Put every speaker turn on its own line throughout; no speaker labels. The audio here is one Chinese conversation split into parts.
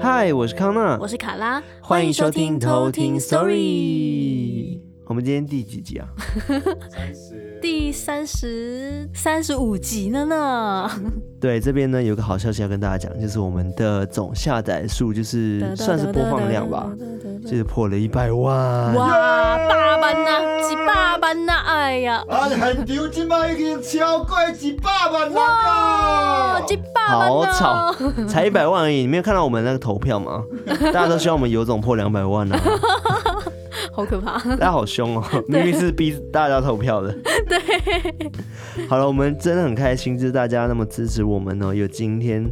嗨，我是康娜，
我是卡拉，
欢迎收听偷听 Story。我们今天第几集啊？
三十，
第三十三十五集了呢。
对，这边呢有个好消息要跟大家讲，就是我们的总下载数就是嗯算是播放量吧，就是破了一百万。
哇，八万呐，几八万呐，哎呀，
啊，现场即摆已经超过一百万人
哇，
了
哦几。八
好
万呐，
吵，才一百万而已，你没有看到我们那个投票 吗？大家都希望我们有种破两百万啊！
好可怕。
大家好凶哦， 明明是逼大家投票的。对， 好了，我们真的很开心，就是大家那么支持我们哦，有今天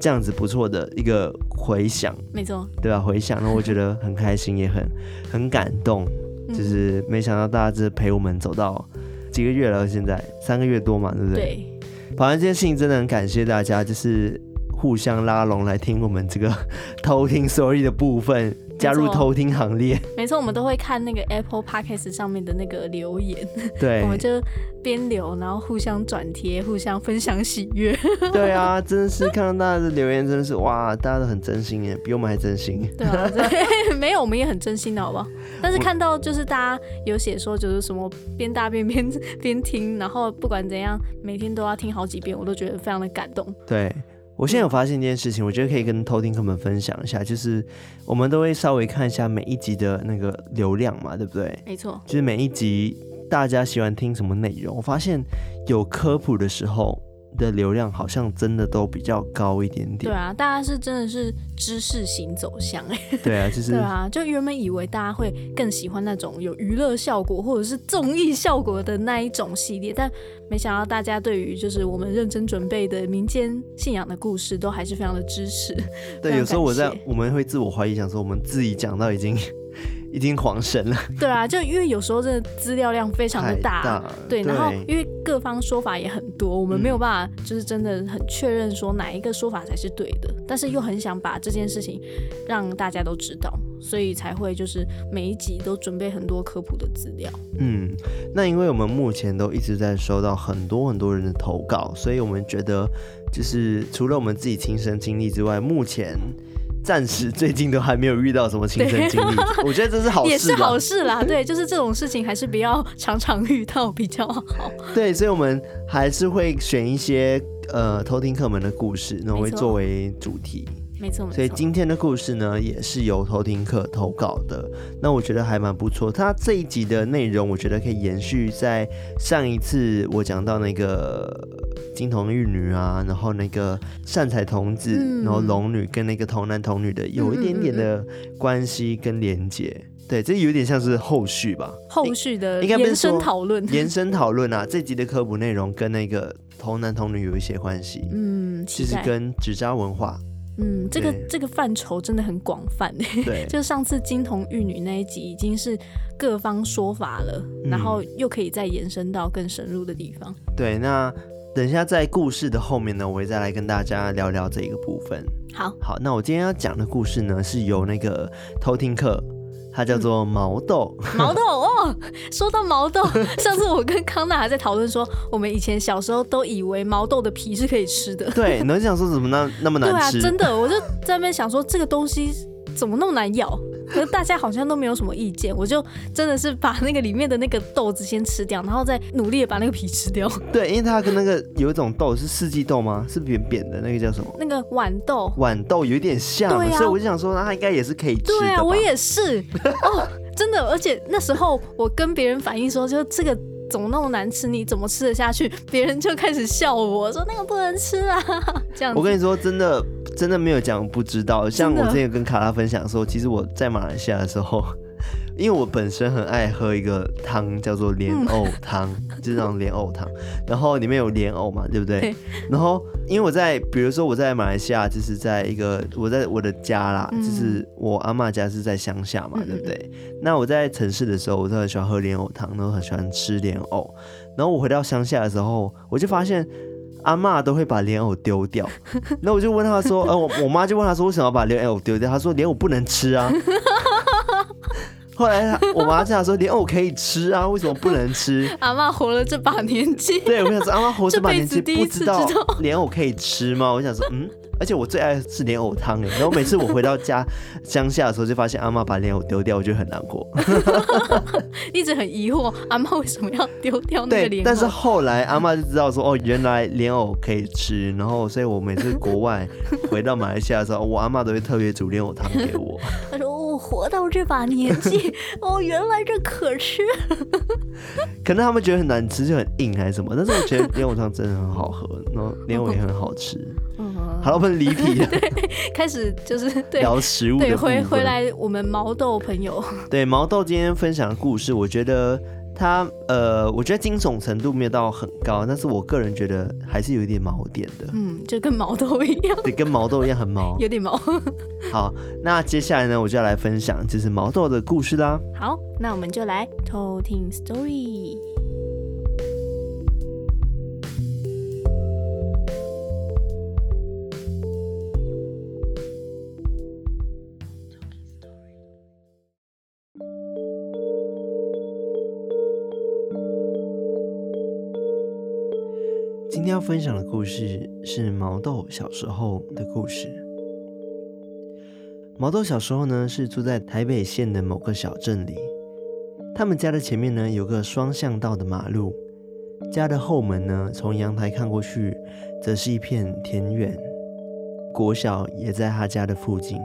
这样子不错的一个回响，
没错，
对吧？回响，那 我觉得很开心，也很很感动，就是
嗯
没想到大家这陪我们走到。几个月了，现在三个月多嘛，对不对？
对，
对。反正这件事情真的很感谢大家，就是互相拉拢来听我们这个 偷听 story 的部分，加入
没错
偷听行列。
没错，我们都会看那个 Apple Podcast 上面的那个留言，
对，
我们就边留，然后互相转贴，互相分享喜悦。
对啊，真的是看到大家的留言，真的是哇，大家都很真心耶，比我们还真心。
对啊，对 没有，我们也很真心的好不好？但是看到就是大家有写说，就是什么边大便边边听，然后不管怎样，每天都要听好几遍，我都觉得非常的感动。
对我现在有发现一件事情，我觉得可以跟偷听客们分享一下，就是我们都会稍微看一下每一集的那个流量嘛，对不对？
没错，
就是每一集大家喜欢听什么内容，我发现有科普的时候的流量好像真的都比较高一点
对
点。
啊，大家是真的是知识型走向，哎，
对啊，就是
对啊，就原本以为大家会更喜欢那种有娱乐效果或者是综艺效果的那一种系列，但没想到大家对于就是我们认真准备的民间信仰的故事，都还是非常的支持。非
对，
常
有时候我
感
在
谢
我们会自我怀疑，想说我们自己讲到已经 已经恍神了，
对啊，就因为有时候真的资料量非常的
太
大，
了
对，然后因为各方说法也很多，我们
嗯
没有办法就是真的很确认说哪一个说法才是对的，但是又很想把这件事情让大家都知道，所以才会就是每一集都准备很多科普的资料。
嗯，那因为我们目前都一直在收到很多很多人的投稿，所以我们觉得就是除了我们自己亲身经历之外，目前暂 时最近都还没有遇到什么亲身经历，我觉得这是好
也
事
是
吧
好。事啦，对，就是这种事情还是不要常常遇到比较好。
对，所以我们还是会选一些呃偷听客们的故事，那我会
没错
作为主题。
没错，
所
没
以
错，
今天的故事呢，也是由偷听客投稿的。那我觉得还蛮不错。他这一集的内容，我觉得可以延续在上一次我讲到那个金童玉女啊，然后那个善财童子，
嗯
然后龙女跟那个童男童女的有一点点的关系跟连结。对，这有点像是后续吧，
后续的
应该不是
延伸
说
讨论，
延伸讨论啊。这集的科普内容跟那个童男童女有一些关系，
嗯，
就
期
是
待，
跟纸扎文化。
嗯，这个
对
这个范畴真的很广泛。
对，
就上次金童玉女那一集已经是各方说法了，
嗯
然后又可以再延伸到更深入的地方。
对，那等一下在故事的后面呢，我会再来跟大家聊聊这一个部分。
好，
好，那我今天要讲的故事呢，是由那个偷听客，他叫
嗯
做毛豆，
毛豆哦，说到毛豆，上次我跟康纳还在讨论说，我们以前小时候都以为毛豆的皮是可以吃的，
对，你就想说怎么那那么
对啊，
难吃？
真的，我就在那边想说这个东西怎么那么难咬。可是大家好像都没有什么意见，我就真的是把那个里面的那个豆子先吃掉，然后再努力的把那个皮吃掉。
对，因为它跟那个有一种豆是四季豆吗？是扁扁的那个叫什么？
那个豌豆，
豌豆有点像，
对啊
所以我就想说，那它应该也是可以吃的
对
吧？
啊，我也是哦，真的，而且那时候我跟别人反映说，就这个怎么那么难吃，你怎么吃得下去？别人就开始笑我说那个不能吃啊， 这样子。
我跟你说，真的真的没有讲不知道。像
真
我
的
之前有跟卡拉分享说，其实我在马来西亚的时候， 因为我本身很爱喝一个汤，叫做莲
嗯
藕 汤，就是那种莲藕汤，然后里面有莲藕嘛，对不对？
对
然后因为我在，比如说我在马来西亚，就是在一个我在我的家啦，
嗯
就是我阿嬷家是在乡下嘛，
嗯嗯
对不对？那我在城市的时候，我都很喜欢喝莲藕汤，然后很喜欢吃莲藕。然后我回到乡下的时候，我就发现阿嬷都会把莲藕丢掉。那我就问她 说，呃，我我妈就问她说，为什么要把莲藕丢掉？她说莲藕不能吃 啊。后来她我妈就想说，莲藕可以吃啊，为什么不能 吃？
阿嬷活了这把年纪，
对，我想说，阿妈活这把年纪
这辈子第一
不
次
知道
知道
莲藕可以吃吗？我想说，嗯，而且我最爱的是莲藕汤哎，然后每次我回到家乡下的时候，就发现阿妈把莲藕丢掉，我就很难过。
一直很疑惑阿妈为什么要丢掉那
对
个莲，
但是
藕。
后来阿妈就知道说，哦，原来莲藕可以吃，然后所以我每次国外回到马来西亚的时候，我阿妈都会特别煮莲藕汤给我。
他说：“哦，活到这把年 纪，哦，原来这可吃。
可能他们觉得很难吃，就很硬还是什么，但是我觉得莲藕汤真的很好喝，然后莲藕也很好吃。
嗯
好了，我们离题 了，
开始就是对
聊食物的
对
部分
回回来我们毛豆朋友，
对毛豆今天分享的故事，我觉得它呃，我觉得惊悚程度没有到很高，但是我个人觉得还是有一点锚点的，
嗯，就跟毛豆一样，
对，跟毛豆一样很毛。
有点毛。
好，那接下来呢，我就要来分享就是毛豆的故事啦。
好，那我们就来偷听 story。
今天要分享的故事是毛豆小时候的故事。毛豆小时候呢是住在台北县的某个小镇里，他们家的前面呢有个双向道的马路，家的后门呢从阳台看过去，则是一片田园。国小也在他家的附近。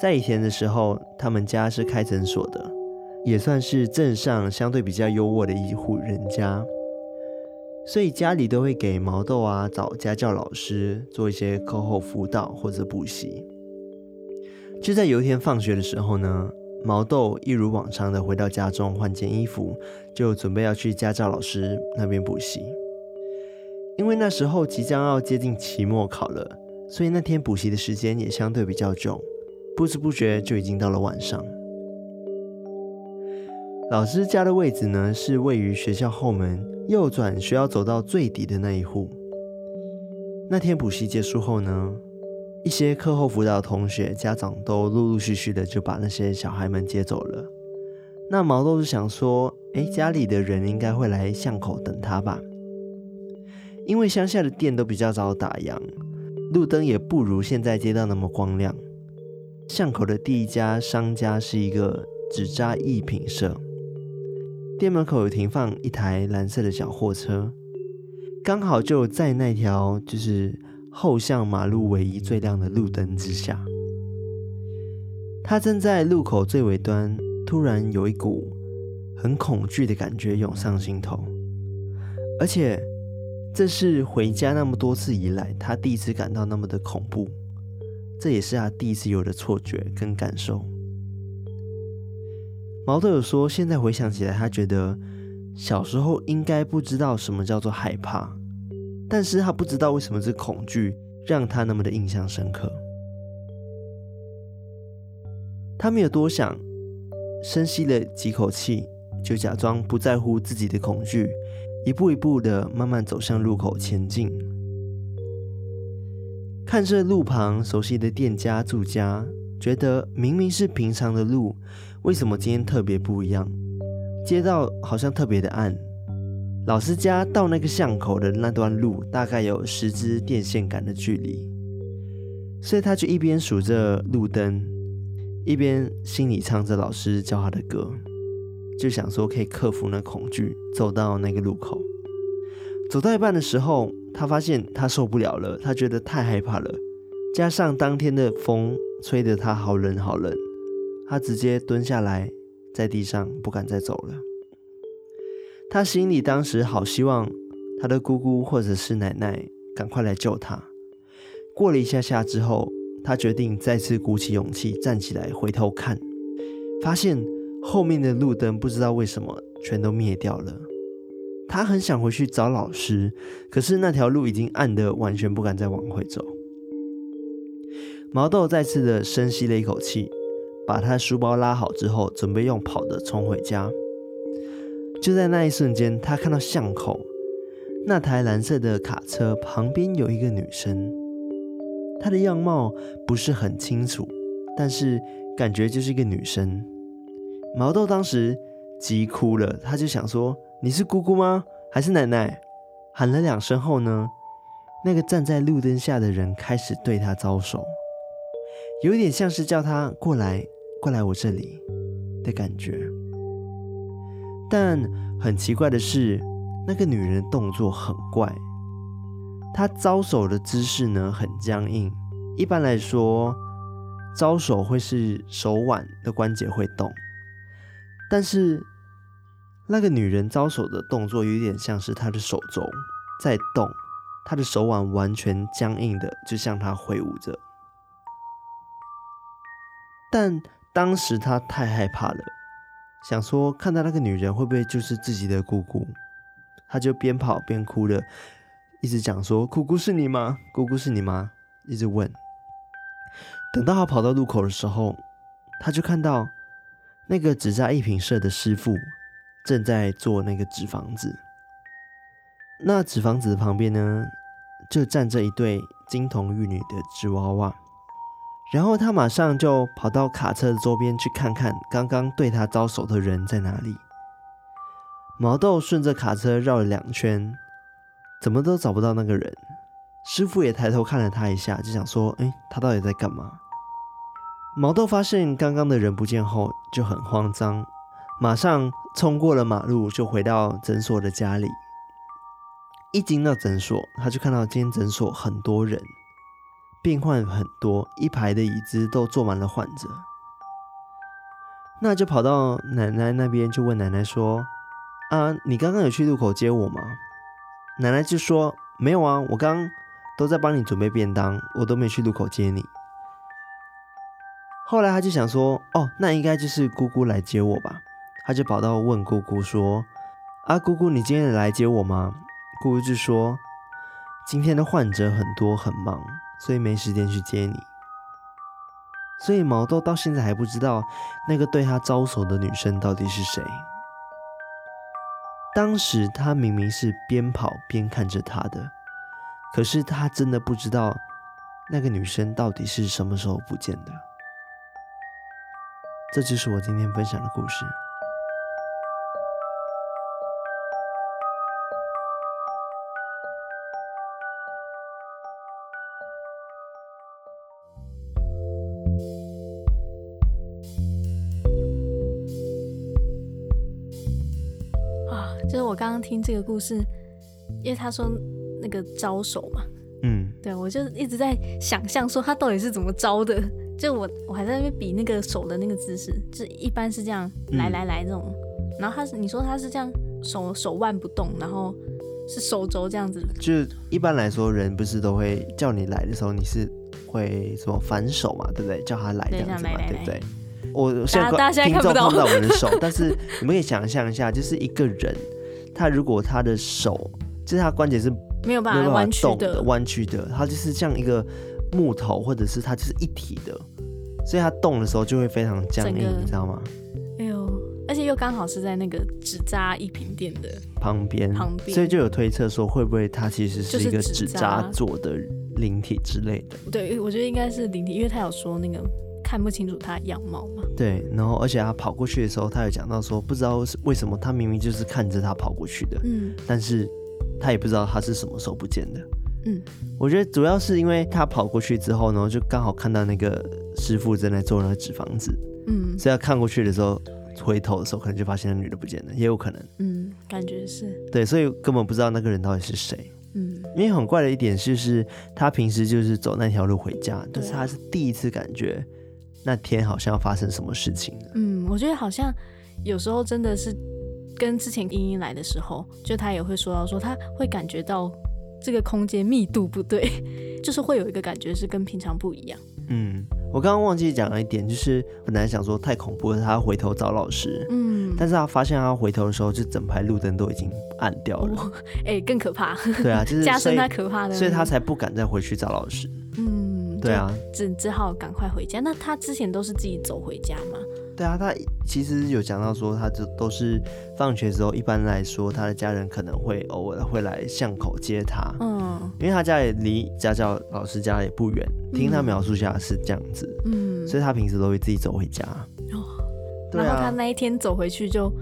在以前的时候，他们家是开诊所的，也算是镇上相对比较优渥的一户人家。所以家里都会给毛豆啊找家教老师做一些课后辅导或者补习。就在有一天放学的时候呢，毛豆一如往常的回到家中换件衣服，就准备要去家教老师那边补习。因为那时候即将要接近期末考了，所以那天补习的时间也相对比较久，不知不觉就已经到了晚上。老师家的位置呢是位于学校后门，右转需要走到最底的那一户。那天补习结束后呢，一些课后辅导的同学、家长都陆陆续续的就把那些小孩们接走了。那毛豆就想说，诶，家里的人应该会来巷口等他吧，因为乡下的店都比较早打烊，路灯也不如现在街道那么光亮。巷口的第一家商家是一个纸扎艺品社，店门口有停放一台蓝色的小货车，刚好就在那条就是后巷马路唯一最亮的路灯之下。他正在路口最尾端，突然有一股很恐惧的感觉涌上心头，而且这是回家那么多次以来，他第一次感到那么的恐怖。这也是他第一次有的错觉跟感受。毛豆有说，现在回想起来，他觉得小时候应该不知道什么叫做害怕，但是他不知道为什么这恐惧让他那么的印象深刻。他没有多想，深吸了几口气，就假装不在乎自己的恐惧，一步一步的慢慢走向路口前进。看着路旁熟悉的店家住家，觉得明明是平常的路，为什么今天特别不一样？街道好像特别的暗。老师家到那个巷口的那段路大概有十支电线杆的距离，所以他就一边数着路灯，一边心里唱着老师教他的歌，就想说可以克服那恐惧，走到那个路口。走到一半的时候，他发现他受不了了，他觉得太害怕了，加上当天的风吹得他好冷好冷，他直接蹲下来在地上，不敢再走了。他心里当时好希望他的姑姑或者是奶奶赶快来救他。过了一下下之后，他决定再次鼓起勇气站起来回头看，发现后面的路灯不知道为什么全都灭掉了。他很想回去找老师，可是那条路已经暗得完全不敢再往回走。毛豆再次的深吸了一口气，把他的书包拉好之后，准备用跑的冲回家。就在那一瞬间，他看到巷口那台蓝色的卡车旁边有一个女生，她的样貌不是很清楚，但是感觉就是一个女生。毛豆当时急哭了，他就想说：“你是姑姑吗？还是奶奶？”喊了两声后呢，那个站在路灯下的人开始对他招手，有一点像是叫他过来，过来我这里的感觉。但很奇怪的是，那个女人的动作很怪，她招手的姿势呢很僵硬。一般来说，招手会是手腕的关节会动，但是那个女人招手的动作有点像是她的手肘在动，她的手腕完全僵硬的，就向她挥舞着。但当时她太害怕了，想说看到那个女人会不会就是自己的姑姑，她就边跑边哭了，一直讲说：“姑姑是你吗？姑姑是你吗？”一直问。等到他跑到路口的时候，他就看到那个纸扎一品社的师傅正在做那个纸房子。那纸房子的旁边呢，就站着一对金童玉女的纸娃娃。然后他马上就跑到卡车的周边去看看刚刚对他招手的人在哪里。毛豆顺着卡车绕了两圈，怎么都找不到那个人。师傅也抬头看了他一下，就想说：“哎、他到底在干嘛？”毛豆发现刚刚的人不见后，就很慌张，马上冲过了马路，就回到诊所的家里。一进到诊所，他就看到今天诊所很多人，病患很多，一排的椅子都坐满了患者。那就跑到奶奶那边，就问奶奶说：“啊，你刚刚有去路口接我吗？”奶奶就说：“没有啊，我刚都在帮你准备便当，我都没去路口接你。后来他就想说，哦，那应该就是姑姑来接我吧。他就跑到问姑姑说：“啊，姑姑，你今天来接我吗？”姑姑就说：“今天的患者很多，很忙，所以没时间去接你。”所以毛豆到现在还不知道那个对他招手的女生到底是谁。当时他明明是边跑边看着他的，可是他真的不知道那个女生到底是什么时候不见的。这就是我今天分享的故事。
啊，就是我刚刚听这个故事，因为他说那个招手嘛，
嗯，
对我就一直在想象说他到底是怎么招的。就我我还在那边比那个手的那个姿势，就一般是这样
嗯
来来来这种，然后他是你说他是这样手手腕不动，然后是手肘这样子，
就是一般来说，人不是都会叫你来的时候，你是会什么反手嘛，对不对？叫他来这
对
样子嘛
这样来，
对不
来
对？我现在
大家现在
听
看
众
不
看
到
不到我们的手，但 是你们可以想象一下，就是一个人，他如果他的手，就是他关节是
没有办
没有办
法弯
法
曲
动
的，
弯曲的，它就是像一个木头，或者是它就是一体的，所以它动的时候就会非常僵
整
硬
个，
你知道吗？
哎呦，而且又刚好是在那个纸扎一品店的，
旁边，
旁边
所以就有推测说会不会它其实
就是是
一个
纸
纸
扎
扎做的灵体之类的。
对，我觉得应该是灵体，因为他有说那个看不清楚他的样貌嘛，
对，然后而且他跑过去的时候，他有讲到说，不知道是为什么他明明就是看着他跑过去的，
嗯
但是他也不知道他是什么时候不见的。
嗯，
我觉得主要是因为他跑过去之后呢，就刚好看到那个师傅正在做那个纸房子，
嗯
所以他看过去的时候，回头的时候可能就发现那女的不见了，也有可能。
嗯，感觉是，
对，所以根本不知道那个人到底是谁。
嗯
因为很怪的一点是，是他平时就是走那条路回家，但是
对啊
他是第一次感觉那天好像要发生什么事情了。
嗯，我觉得好像有时候真的是跟之前英英来的时候，就他也会说到说他会感觉到这个空间密度不对， 就是会有一个感觉是跟平常不一样，
嗯，我刚刚忘记讲了一点，就是本来想说太恐怖了，他要回头找老师，
嗯，
但是他发现他回头的时候，就整排路灯都已经暗掉了。
哎、更可怕，
对啊，就是
加
所
深
以
他可怕的，
所以他，才不敢再回去找老师。
嗯，
对啊，
就，只只好赶快回家。那他之前都是自己走回家吗？
对啊，他其实有讲到说，他就都是放学之后，一般来说他的家人可能会偶尔会来巷口接他，
嗯
因为他家也离家教老师家也不远。听他描述下是这样子，
嗯，
所以他平时都会自己走回家。
哦
对
然后他
啊，
那一天走回去就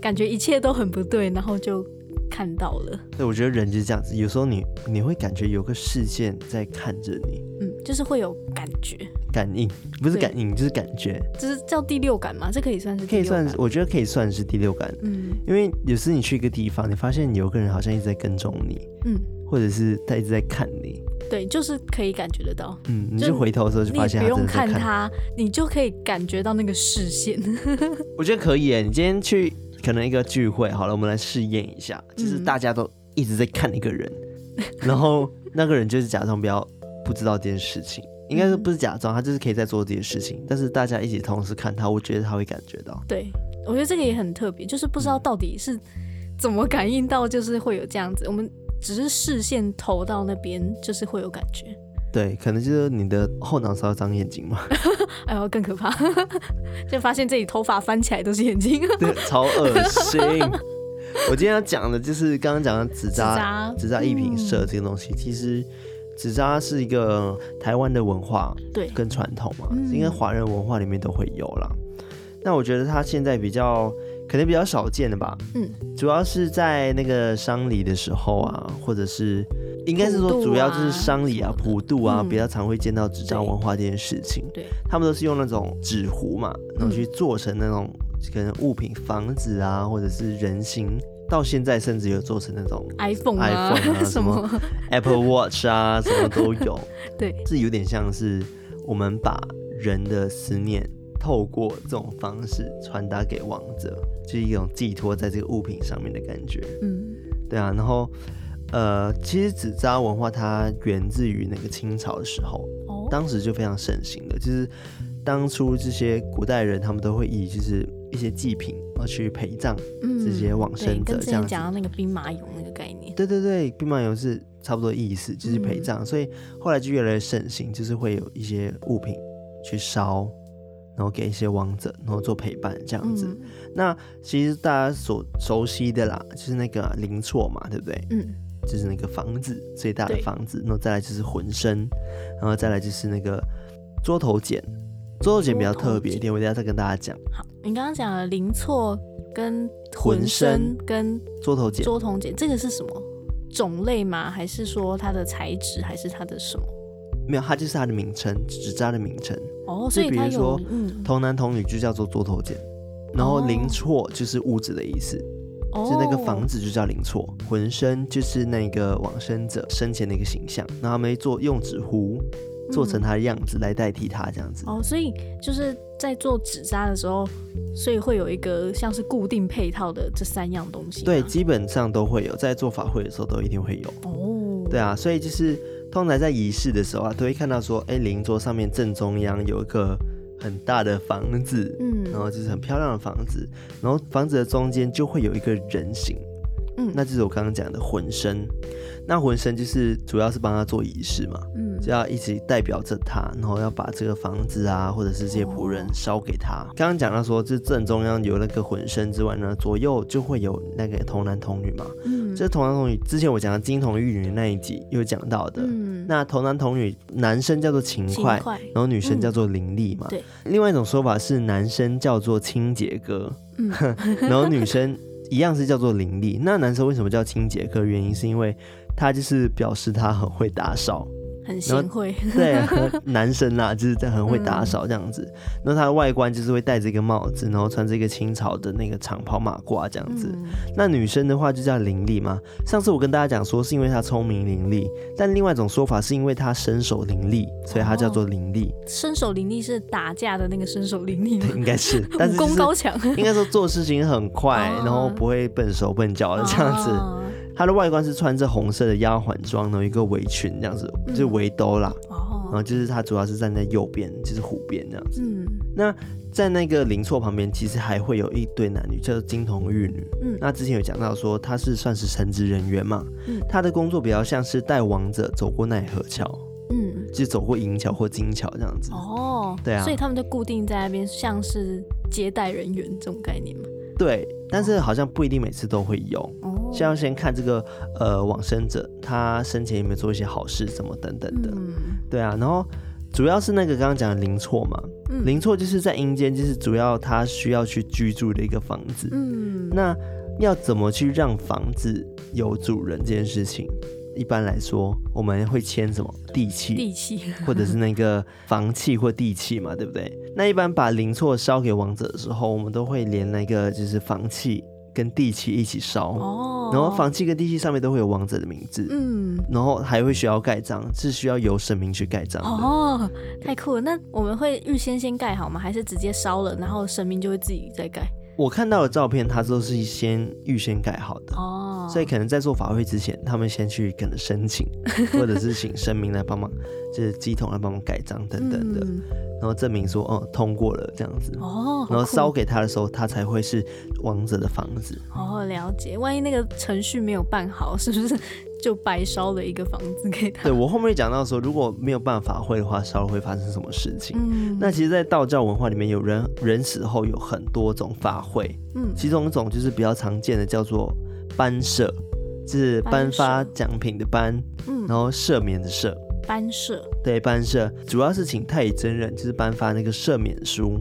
感觉一切都很不对，然后就看到了。
对，我觉得人就是这样子，有时候你你会感觉有个事件在看着你，
嗯，就是会有感觉，
感应不是
对
感应，就是感觉，
这是叫第六感吗？这可以算是
可
第
以
六感
算，是，我觉得可以算是第六感，
嗯
因为有时你去一个地方，你发现有个人好像一直在跟踪你，
嗯，
或者是他一直在看你，
对，就是可以感觉得到。
嗯，你
就
就回头的时候就
你
发现他
不
真
用
的在
看
看
他，你就可以感觉到那个视线。
我觉得可以耶，你今天去可能一个聚会，好了，我们来试验一下，就是大家都一直在看一个人，然后那个人就是假装不要不知道这件事情，应该是不是假装，他就是可以在做自己的事情，但是大家一起同时看他，我觉得他会感觉到。
对，我觉得这个也很特别，就是不知道到底是怎么感应到，就是会有这样子。我们只是视线投到那边，就是会有感觉。
对，可能就是你的后脑勺长眼睛嘛，
哎呦，更可怕！ 就发现自己头发翻起来都是 眼睛，
对，超恶心。我今天要讲的就是刚刚讲的纸
纸
扎
扎
纸扎艺品社这个东西，其实纸扎是一个台湾的文化，
对，
跟传统嘛，
嗯
应该华人文化里面都会有啦。那我觉得它现在比较可能比较少见的吧，
嗯，
主要是在那个丧礼的时候啊，或者是应该是说
普渡啊
主要就是丧礼啊、
什么的
普渡啊，
嗯
比较常会见到纸扎文化这件事情。
对对，
他们都是用那种纸糊嘛，然
嗯
后去做成那种可能物品、房子啊，或者是人形。到现在甚至有做成那种
iPhone 啊
iPhone 啊
什
么 Apple Watch 啊，什么都有。
对，
这有点像是我们把人的思念透过这种方式传达给亡者，就是一种寄托在这个物品上面的感觉。
嗯
对啊，然后呃，其实纸扎文化它源自于那个清朝的时候，
哦，
当时就非常盛行的，就是当初这些古代人他们都会以就是一些祭品而去陪葬。
嗯
直接往生
对
者
跟
这
之
样
前
子
讲到那个兵马俑那个概念，
对对对，兵马俑是差不多意思，就是陪
嗯
葬，所以后来就越来越盛行，就是会有一些物品去烧，然后给一些亡者，然后做陪伴这样子。
嗯
那其实大家所熟悉的啦，就是那个啊灵错嘛，对不对？
嗯，
就是那个房子最大的
对
房子，然后再来就是浑身，然后再来就是那个桌头剪，桌头剪比较
桌头
特别一
剪
点，我等一下再跟大家讲。
好，你刚刚讲了零错跟
浑
浑身跟
桌头剪
桌筒剪，这个是什么种类吗？还是说它的材质，还是它的什么？
没有，它就是它的名称，纸扎的名称。
哦，
就
所以
比
它
如
有
说
嗯，
童男童女就叫做桌头剪，然后
哦
零错就是屋子的意思，
哦
就是那个房子就叫零错，浑身就是那个往生者生前的一个形象，然后他们会做用纸糊做成他的样子来代替他这样子。
嗯哦，所以就是在做纸扎的时候，所以会有一个像是固定配套的这三样东西吗。
对，基本上都会有，在做法会的时候都一定会有。
哦，
对啊，所以就是通常在仪式的时候啊，都会看到说，哎，灵桌上面正中央有一个很大的房子，
嗯，
然后就是很漂亮的房子，然后房子的中间就会有一个人形，
嗯
那就是我刚刚讲的浑身。那浑身就是主要是帮他做仪式嘛，
嗯
就要一起代表着他，然后要把这个房子啊，或者是这些仆人烧给他。刚刚讲到说，这正中央有那个浑身之外呢，左右就会有那个童男童女嘛。
嗯
这童男童女之前我讲的金童玉女那一集有讲到的。
嗯
那童男童女，男生叫做勤
勤
快，
快
然后女生叫做伶俐嘛、
嗯对。
另外一种说法是男生叫做清洁哥，
嗯
然后女生一样是叫做伶俐。那男生为什么叫清洁哥？原因是因为他就是表示他很会打 扫，
很贤惠，
对，和男生啦、就是在很会打扫这样子。
嗯
那他的外观就是会戴着一个帽子，然后穿着一个清朝的那个长袍马褂这样子。
嗯
那女生的话就叫伶俐嘛。上次我跟大家讲说是因为她聪明伶俐，但另外一种说法是因为她身手伶俐，所以她叫做伶 俐，
身手伶俐是打架的那个身手伶俐吗，
应该是。但是 就
武功
是
高强，
应该说做事情很快，
哦
然后不会笨手笨脚哦的这样子。
啊
她的外观是穿着红色的丫鬟装，然后一个围裙这样子，就是围兜啦。然后
嗯哦，
就是她主要是站在右边，就是湖边这样子。
嗯
在那个灵错旁边，其实还会有一对男女，叫做金童玉女。
嗯
那之前有讲到说她是算是神职人员嘛，
嗯
她的工作比较像是带王者走过奈何桥，
嗯，
就是走过银桥或金桥这样子。
哦，
对啊
所以他们就固定在那边，像是接待人员这种概念嘛。
对，但是好像不一定每次都会有。
哦，
先要先看这个呃往生者他生前有没有做一些好事，什么等等的，
嗯
对啊，然后主要是那个刚刚讲的灵错嘛，
嗯
灵错就是在阴间，就是主要他需要去居住的一个房子。
嗯，
那要怎么去让房子有主人这件事情，一般来说我们会签什么地契？
地契，
或者是那个房契或地契嘛，对不对？那一般把零错烧给王者的时候，我们都会连那个就是房契跟地契一起烧，
哦，
然后房契跟地契上面都会有王者的名字，
嗯。
然后还会需要盖章，是需要由神明去盖章的。
哦，太酷了！那我们会预先先盖好吗？还是直接烧了，然后神明就会自己再盖？
我看到的照片，它都是先预先盖好的。
哦，
所以可能在做法会之前，他们先去可能申请，或者是请神明来帮忙，就是鸡桶来帮忙盖章等等的，
嗯
然后证明说，哦、通过了这样子。
哦，
然后
好酷
烧给他的时候，他才会是王者的房子。
哦，了解。万一那个程序没有办好，是不是就白烧了一个房子给 他？
对我后面讲到说，如果没有办法会的话，烧了会发生什么事情？
嗯，
那其实，在道教文化里面，有人人死后有很多种法会，
嗯
其中一种就是比较常见的叫做班社，就是
班
颁
社
发奖品的颁，
嗯，
然后赦免的赦。
班社
对，班社主要是请太乙真人就是颁发那个赦免书，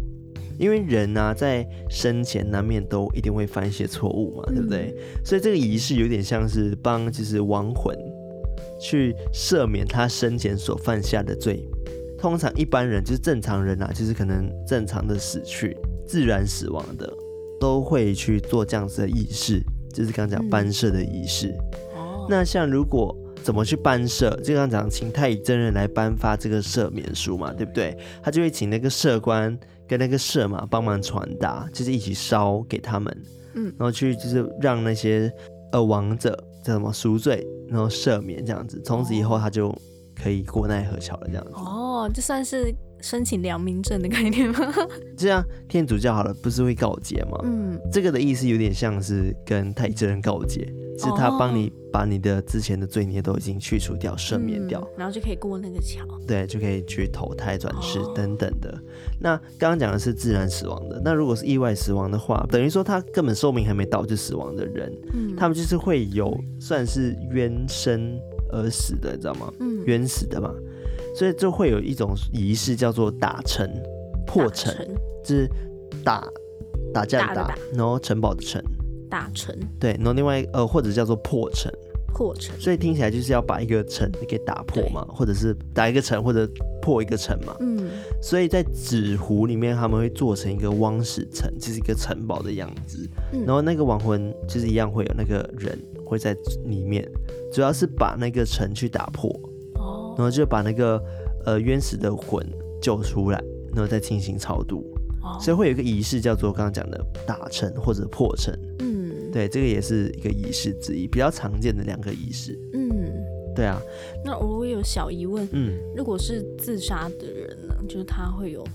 因为人呢、在生前难免都一定会犯一些错误嘛，对不对？所以这个仪式有点像是帮就是亡魂去赦免他生前所犯下的罪。通常一般人就是正常人啊，就是可能正常的死去、自然死亡的，都会去做这样子的仪式，就是刚讲
嗯
班社的仪式。
哦，
那像如果怎么去颁赦，就刚刚讲请太乙真人来颁发这个赦免书
嗯
嘛，对不对？他就会请那个社官跟那个社嘛帮忙传达，就是一起烧给他们，
嗯
然后去就是让那些呃亡者叫什么赎罪，然后赦免这样子，从此以后他就可以过奈何桥了这样子。
哦，这算是申请良民证的概念吗？
这样天主教好了，不是会告诫吗？
嗯，
这个的意思有点像是跟太乙真人告诫，是
哦
他帮你把你的之前的罪孽都已经去除掉、赦免掉。
嗯然后就可以过那个桥。
对，就可以去投胎转世
哦
等等的。那刚刚讲的是自然死亡的，那如果是意外死亡的话，等于说他根本寿命还没到就死亡的人，
嗯，
他们就是会有算是冤生而死的，你知道吗？
嗯
冤死的嘛，所以就会有一种仪式叫做打城、破城，就是打打架的
打
打，
的
然后城堡的城，
打城
对，然后另外一呃或者叫做破城。
破城。
所以听起来就是要把一个城给打破嘛，或者是打一个城或者破一个城嘛。
嗯，
所以在纸糊里面，他们会做成一个汪史城，就是一个城堡的样子。
嗯
然后那个亡魂就是一样会有那个人会在里面，主要是把那个城去打破，
哦，
然后就把那个呃冤死的魂救出来，然后再进行超度。
哦
所以会有一个仪式叫做刚刚讲的打城或者破城，
嗯
对，这个也是一个仪式之一，比较常见的两个仪式。
嗯，
对啊，
那我有小疑问，
嗯。
如果是自杀的人呢，就是他会有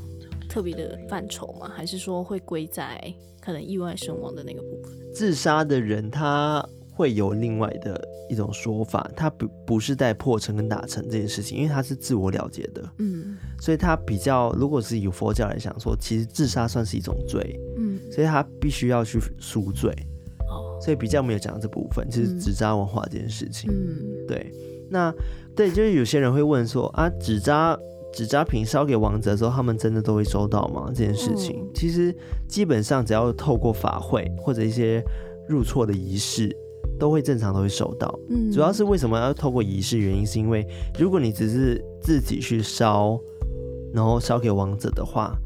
特别的范畴吗？还是说会归在可能意外身亡的那个部分？
自杀的人他会有另外的一种说法，他不不是在破城跟打城这件事情，因为他是自我了结的，
嗯
所以他比较如果是以佛教来讲说，其实自杀算是一种罪，
嗯，
所以他必须要去赎罪，
哦，
所以比较没有讲到这部分，就是
嗯
自杀文化这件事情。
嗯
对，那对，就是有些人会问说啊，纸扎纸扎品烧给王者的时候，他们真的都会收到吗？这件事情，
嗯
其实基本上只要透过法会或者一些入错的仪式，都会正常都会收到。
嗯，
主要是为什么要透过仪式？原因是因为如果你只是自己去烧，然后烧给王者的话，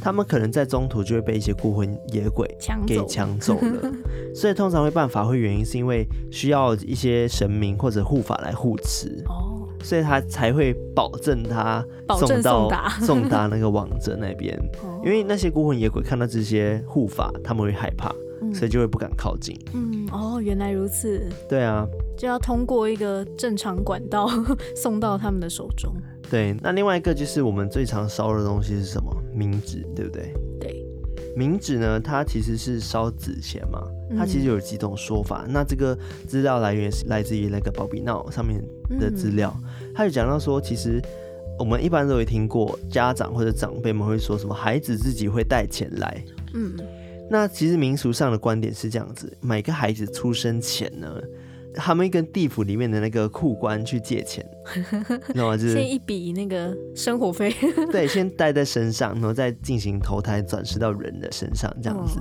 他们可能在中途就会被一些孤魂野鬼
抢
给
走，
抢走了。所以通常会办法会原因是因为需要一些神明或者护法来护持，
哦，
所以他才会保证他
保证
送到
送达
送达那个王者那边。
哦
因为那些孤魂野鬼看到这些护法，他们会害怕，所以就会不敢靠近。
嗯哦，原来如此，
对啊，
就要通过一个正常管道送到他们的手中。
对。那另外一个就是我们最常烧的东西是什么？冥纸，对不对？
对，
冥纸呢，它其实是烧纸钱嘛，它其实有几种说法。那这个资料来源是来自于那个宝比闹上面
嗯
的资料，他就讲到说，其实我们一般都会听过家长或者长辈们会说什么，孩子自己会带钱来。
嗯，
那其实民俗上的观点是这样子，每个孩子出生前呢，他们会跟地府里面的那个库官去借钱，你知道吗？就是
先一笔那个生活费， 哦
对，先带在身上，然后再进行投胎转世到人的身上这样子。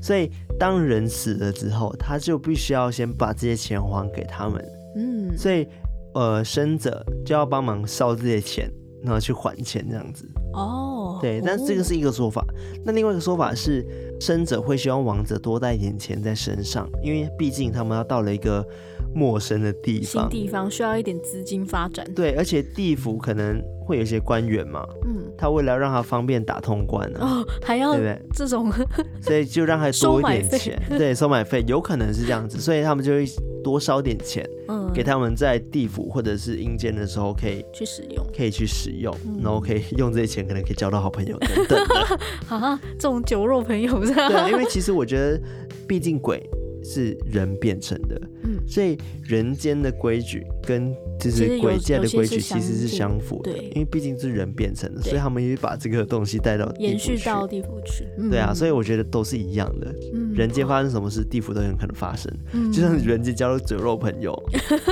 所以当人死了之后，他就必须要先把这些钱还给他们，
嗯，
所以呃，生者就要帮忙烧这些钱，然后去还钱这样子。
哦，
对，但这个是一个说法。那另外一个说法是，生者会希望亡者多带一点钱在身上，因为毕竟他们要到了一个陌生的地
新
方。
地方需要一点资金发展，
对，而且地府可能会有一些官员嘛，
嗯，
他为了让他方便打通关啊，
哦，还要
对不对？
这种
所以就让他多
收
一
买
点
费
钱，对，收买费有可能是这样子，所以他们就会多烧点钱
嗯
给他们在地府或者是阴间的时候可以
去使用
可以去使用，
嗯
然后可以用这些钱可能可以交到好朋友等等的。
啊，这种酒肉 朋友这样，
对啊，因为其实我觉得，毕竟鬼是人变成的，
嗯
所以人间的规矩跟就
其实
是
有
鬼界的规矩
有些
其
是
实是相
相
符的，
对
因为毕竟是人变成的，
对
所以他们也把这个东西带到地
延
府
续
去
到地府去，嗯
对啊，所以我觉得都是一样的，
嗯
人间发生什么事，地府都很可能发生。
嗯
就像人间交到酒肉朋 友，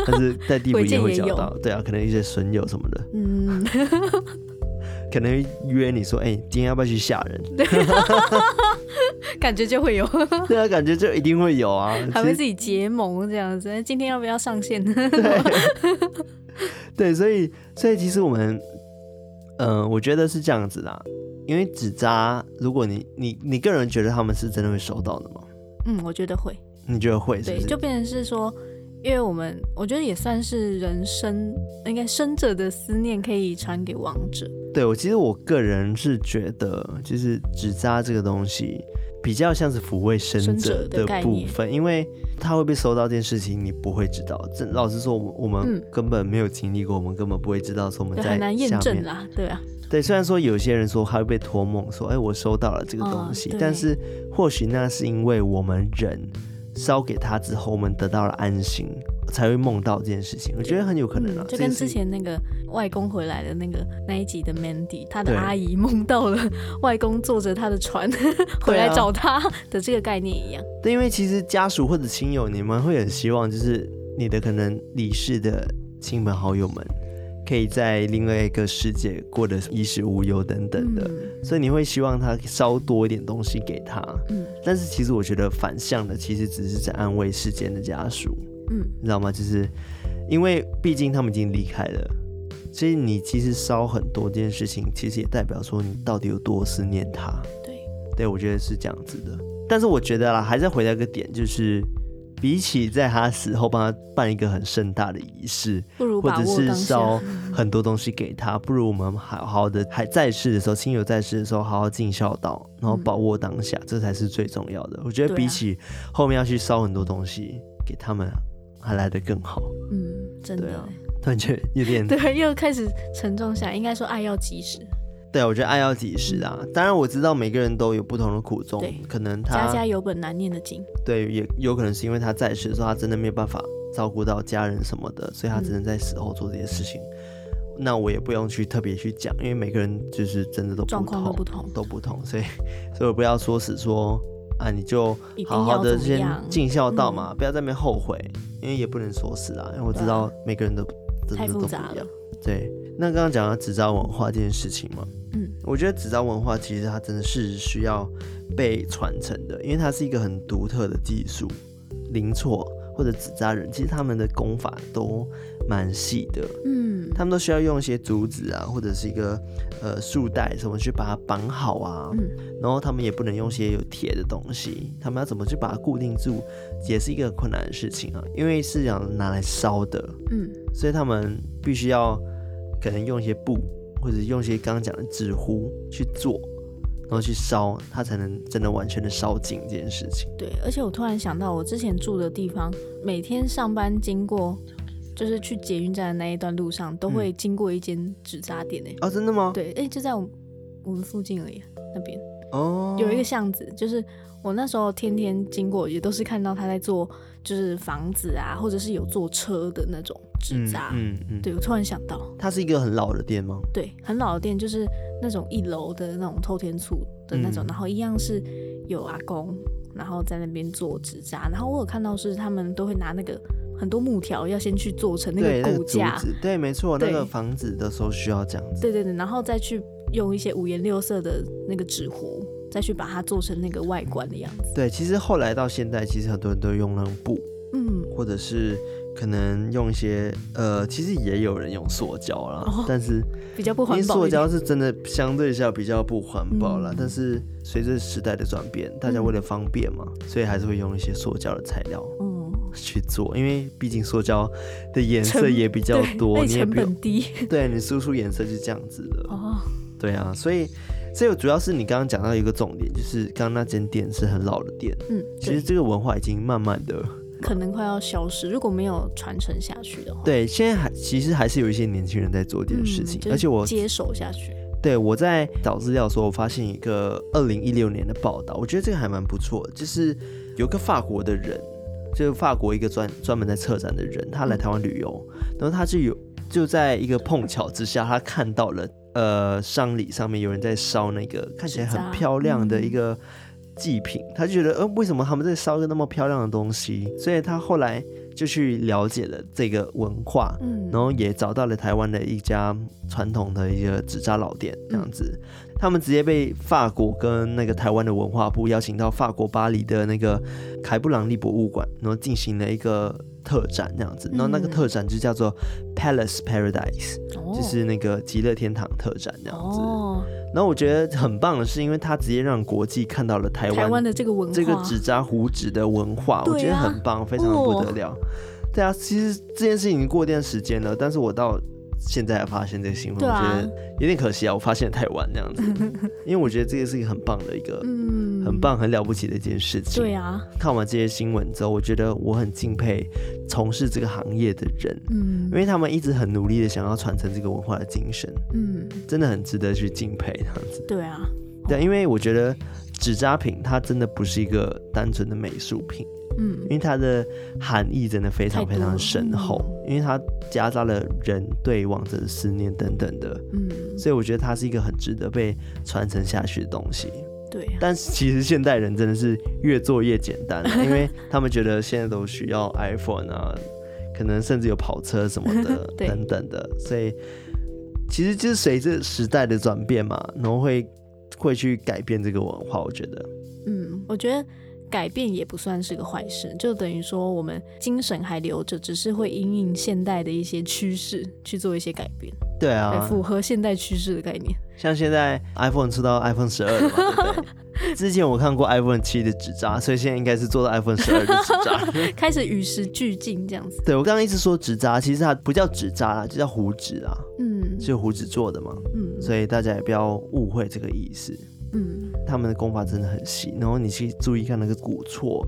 但是在地府
鬼
也
界
会
也
交
有
到，对啊，可能一些损友什么的，
嗯，
可能约你说，哎、今天要不要去吓人？
感觉就 会有，
对啊，感觉就一定会有啊。
还
其实
会自己结盟这样子。今天要不要上线？
对，所以所以其实我们，嗯、我觉得是这样子啦。因为纸扎，如果你你你个人觉得他们是真的会收到的吗？
嗯，我觉得会，
你觉得会是不
对，
是？
就变成是说，因为我们我觉得也算是人生，应该生者的思念可以传给亡者，
对我其实我个人是觉得，就是纸扎这个东西比较像是抚慰生
生
者
者的概
部
念
分，因为他会被收到这件事情，你不会知道。这老实说，我们我们
嗯
根本没有经历过，我们根本不会知道说我们
对，
在
很难验
下
证
面
啦，对啊，
对，虽然说有些人说他会被托梦，说哎、我收到了这个东西，
哦对
但是或许那是因为我们人烧给他之后，我们得到了安心，才会梦到这件事情。我觉得很有可能啊，
嗯，就
这
跟
件事
之前那个外公回来的那个那一集的 Mandy，他的
对
阿姨梦到了外公坐着他的船
啊
回来找他的这个概念一样，
对，因为其实家属或者亲友，你们会很希望就是你的可能离世的亲朋好友们，可以在另外一个世界过得衣食无忧等等的。
嗯
所以你会希望他烧多一点东西给他，
嗯
但是其实我觉得反向的，其实只是在安慰世间的家属。
嗯，
你知道吗？就是因为毕竟他们已经离开了，所以你其实烧很多这件事情，其实也代表说你到底有多思念他。
对，
对我觉得是这样子的。但是我觉得啦，还是回到一个点，就是比起在他死后帮他办一个很盛大的仪式，
不如
或
把
者
握
是
当
烧
下，嗯
很多东西给他，不如我们好好的还在世的时候，亲友在世的时候，好好尽孝道，然后把握当下，这才是最重要的。我觉得
对啊
比起后面要去烧很多东西给他们，还来得更好。
嗯，真
对
的
啊。突然觉得有 点
对，又开始沉重下来。应该说，爱要及时，
对，我觉得爱要及时啊。当然我知道每个人都有不同的苦衷
对，
可能
家
他
家有本难念的经。
对也有可能是因为他在世的时候，他真的没有办法照顾到家人什么的，所以他只
嗯
能在死后做这些事情。那我也不用去特别去讲，因为每个人就是真的都不
状况都
不
不同
都不同，所以 所以我不要说死说啊，你就
一定
好好的
要怎么
先
样
尽孝道嘛，不要在那边后悔，因为也不能说死啦，因为我知
对啊
道每个人都真的
太
都
复
不一
杂
样
了。
对，那刚刚讲到纸扎文化这件事情嘛，
嗯，
我觉得纸扎文化其实它真的是需要被传承的，因为它是一个很独特的技术。零错或者纸扎人，其实他们的功法都蛮细的，
嗯，
他们都需要用一些竹子啊，或者是一个呃束带什么去把它绑好啊，
嗯
然后他们也不能用一些有铁的东西，他们要怎么去把它固定住，也是一个困难的事情啊，因为是想拿来烧的，
嗯，
所以他们必须要可能用一些布，或者用一些刚刚讲的纸糊去做，然后去烧，它才能真的完全的烧尽这件事情。
对。而且我突然想到，我之前住的地方，每天上班经过，就是去捷运站的那一段路上，都会经过一间纸扎店诶、
哦，真的吗？
对，哎、就在我们我们附近而已，啊那边
哦，
有一个巷子，就是我那时候天天经过，也都是看到他在做，就是房子啊，或者是有坐车的那种纸扎。
嗯嗯嗯，
对，我突然想到，
它是一个很老的店吗？
对，很老的店，就是那种一楼的那种透天厝的那种，
嗯
然后一样是有阿公，然后在那边做纸扎，然后我有看到是他们都会拿那个很多木条，要先去做成那
对，
个
那
骨
个竹
架，
子，对，没错，那
对
个房子的时候需要这样子。
对对对，然后再去用一些五颜六色的那个纸糊再去把它做成那个外观的样子。
对，其实后来到现在，其实很多人都用那种布，
嗯，
或者是可能用一些呃，其实也有人用塑胶啦，
哦
但是
比 较不
因
环
为
保
塑
一点。
胶是真的相对下比较不环保啦。
嗯
但是随着时代的转变，大家为了方便嘛，所以还是会用一些塑胶的材料
嗯，
去做，因为毕竟塑胶的颜色
成
也比较
对
多，
哎
你也
成
不用
本低
对你输出颜色是这样子的。
哦，
对啊，所以所以主要是你刚刚讲到一个重点，就是刚刚那间店是很老的店，
嗯，
其实
对，
这个文化已经慢慢的，
可能快要消失，如果没有传承下去的话，
对，现在还其实还是有一些年轻人在做这件
嗯
事情，
就是
而且我
接手下去，
对我在找资料的时候，我发现一个二零一六年的报道，我觉得这个还蛮不错的，就是有个法国的人，就是法国一个专专门在策展的人，他来台湾旅游，然后他就有就在一个碰巧之下，他看到了呃丧礼上面有人在烧那个看起来
纸扎
很漂亮的一个祭品，他就觉得呃为什么他们在烧一个那么漂亮的东西，所以他后来就去了解了这个文化，
嗯，
然后也找到了台湾的一家传统的一个纸扎老店，这样子，他们直接被法国跟那个台湾的文化部邀请到法国巴黎的那个凯布朗利博物馆，然后进行了一个特展，这样子，然后那个
嗯
特展就叫做 Palace Paradise，、
哦
就是那个极乐天堂特展这样子。
哦，
然后我觉得很棒的是，因为它直接让国际看到了台
台
湾
湾的这个文化，
这个纸扎糊纸的文化，我
对啊哦
觉得很棒，非常的不得了。对啊，其实这件事情已经过一段时间了，但是我到现在才发现这个新闻，
对
我
啊
觉得有点可惜啊。我发现太晚这样 子，因为我觉得这个是一个很棒的一个、
嗯，
很，棒、很了不起的一件事情。
对啊，
看完这些新闻之后，我觉得我很敬佩从事这个行业的人，
嗯
因为他们一直很努力的想要传承这个文化的精神，
嗯，
真的很值得去敬佩这样子。
对啊，
对，因为我觉得纸扎品它真的不是一个单纯的美术品。
嗯
因为它的含义真的非常
太
非
多
常
了嗯
深厚，因为它夹杂了人对往者的思念等等的，
嗯，
所以我觉得它是一个很值得被传承下去的东西。
对啊，
但是其实现代人真的是越做越简单 了，因为他们觉得现在都需要 iPhone 啊，可能甚至有跑车什么的
对
等等的，所以其实就是随着时代的转变嘛，然后会会去改变这个文化，我觉得。
嗯，我觉得改变也不算是个坏事，就等于说我们精神还留着，只是会因应现代的一些趋势去做一些改变，
对
对
啊，
符合现代趋势的概念。
像现在 iPhone 出到 iPhone 十二了嘛，对不 对？之前我看过 iPhone 七的纸扎，所以现在应该是做到 iPhone 十二的纸 扎。
开始与时俱进这样子。
对我刚刚一直说纸扎，其实它不叫纸扎啦，就叫糊纸啊，
嗯
是糊纸做的嘛，
嗯
所以大家也不要误会这个意思。
嗯，
他们的工法真的很细，然后你去注意看那个古厝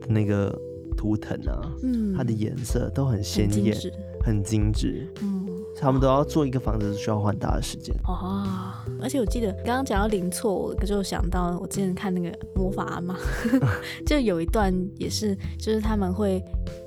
的那个图腾啊，
嗯
它的颜色都很鲜
很精
艳，
致。
很精致。
嗯
他们都要做一个房子需要花很大的时间。
哦，而且我记得刚刚讲到零错，我就想到我之前看那个魔法阿妈， 就有一段也是，就是他们会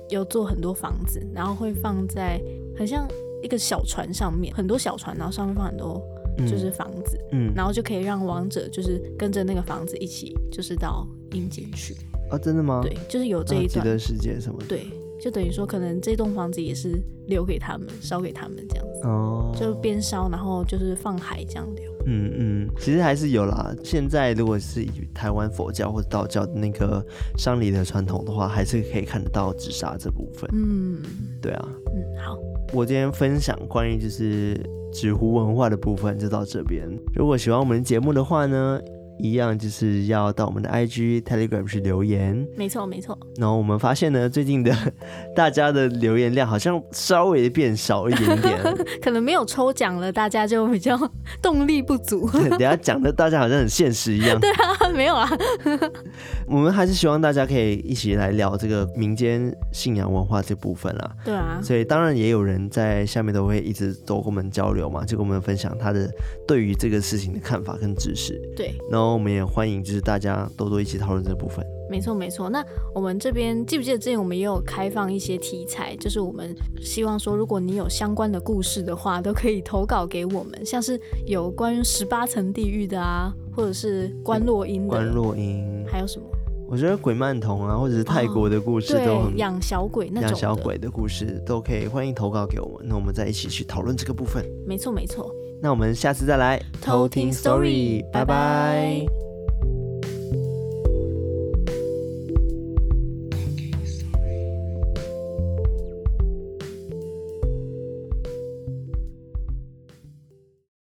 有做很多房子，然后会放在很像一个小船上面，很多小船，然后上面放很多
嗯
就是房子，
嗯，
然后就可以让王者就是跟着那个房子一起就是到阴间去。
啊，真的吗？
对，就是有这
啊
一
极
段。
乐世界什么的？
对，就等于说可能这栋房子也是留给他们，烧给他们这样子，
哦，
就边烧然后就是放海这样流。
嗯嗯，其实还是有啦。现在如果是以台湾佛教或者道教的那个丧礼的传统的话，还是可以看得到纸杀这部分。
嗯
对啊，
嗯，好，
我今天分享关于就是纸糊文化的部分就到这边。如果喜欢我们的节目的话呢，一样就是要到我们的 IG、Telegram 去留言。
没错没错，
然后我们发现呢，最近的 大家的留言量好像稍微变少一点 点。
可能没有抽奖了，大家就比较 动力不足。
等一下讲的大家好像很现实一样。
没有啊，
我们还是希望大家可以一起来聊这个民间信仰文化这部分啦。
对啊，
所以当然也有人在下面都会一直都跟我们交流嘛，就跟我们分享他的对于这个事情的看法跟知识。
对，
然后我们也欢迎就是大家多多一起讨论这部分。
没错没错。那我们这边记不记得之前我们也有开放一些题材，就是我们希望说，如果你有相关的故事的话，都可以投稿给我们，像是有关于十八层地狱的啊，或者是关洛音的，
关若英，
还有什么？
我觉得鬼曼童啊，或者是泰国的故事都
对，
很。
养小鬼哦那种
养
的，
小鬼的故事都可以，欢迎投稿给我们，那我们再一起去讨论这个部分。
没错没错。
那我们下次再来
偷听 story，拜拜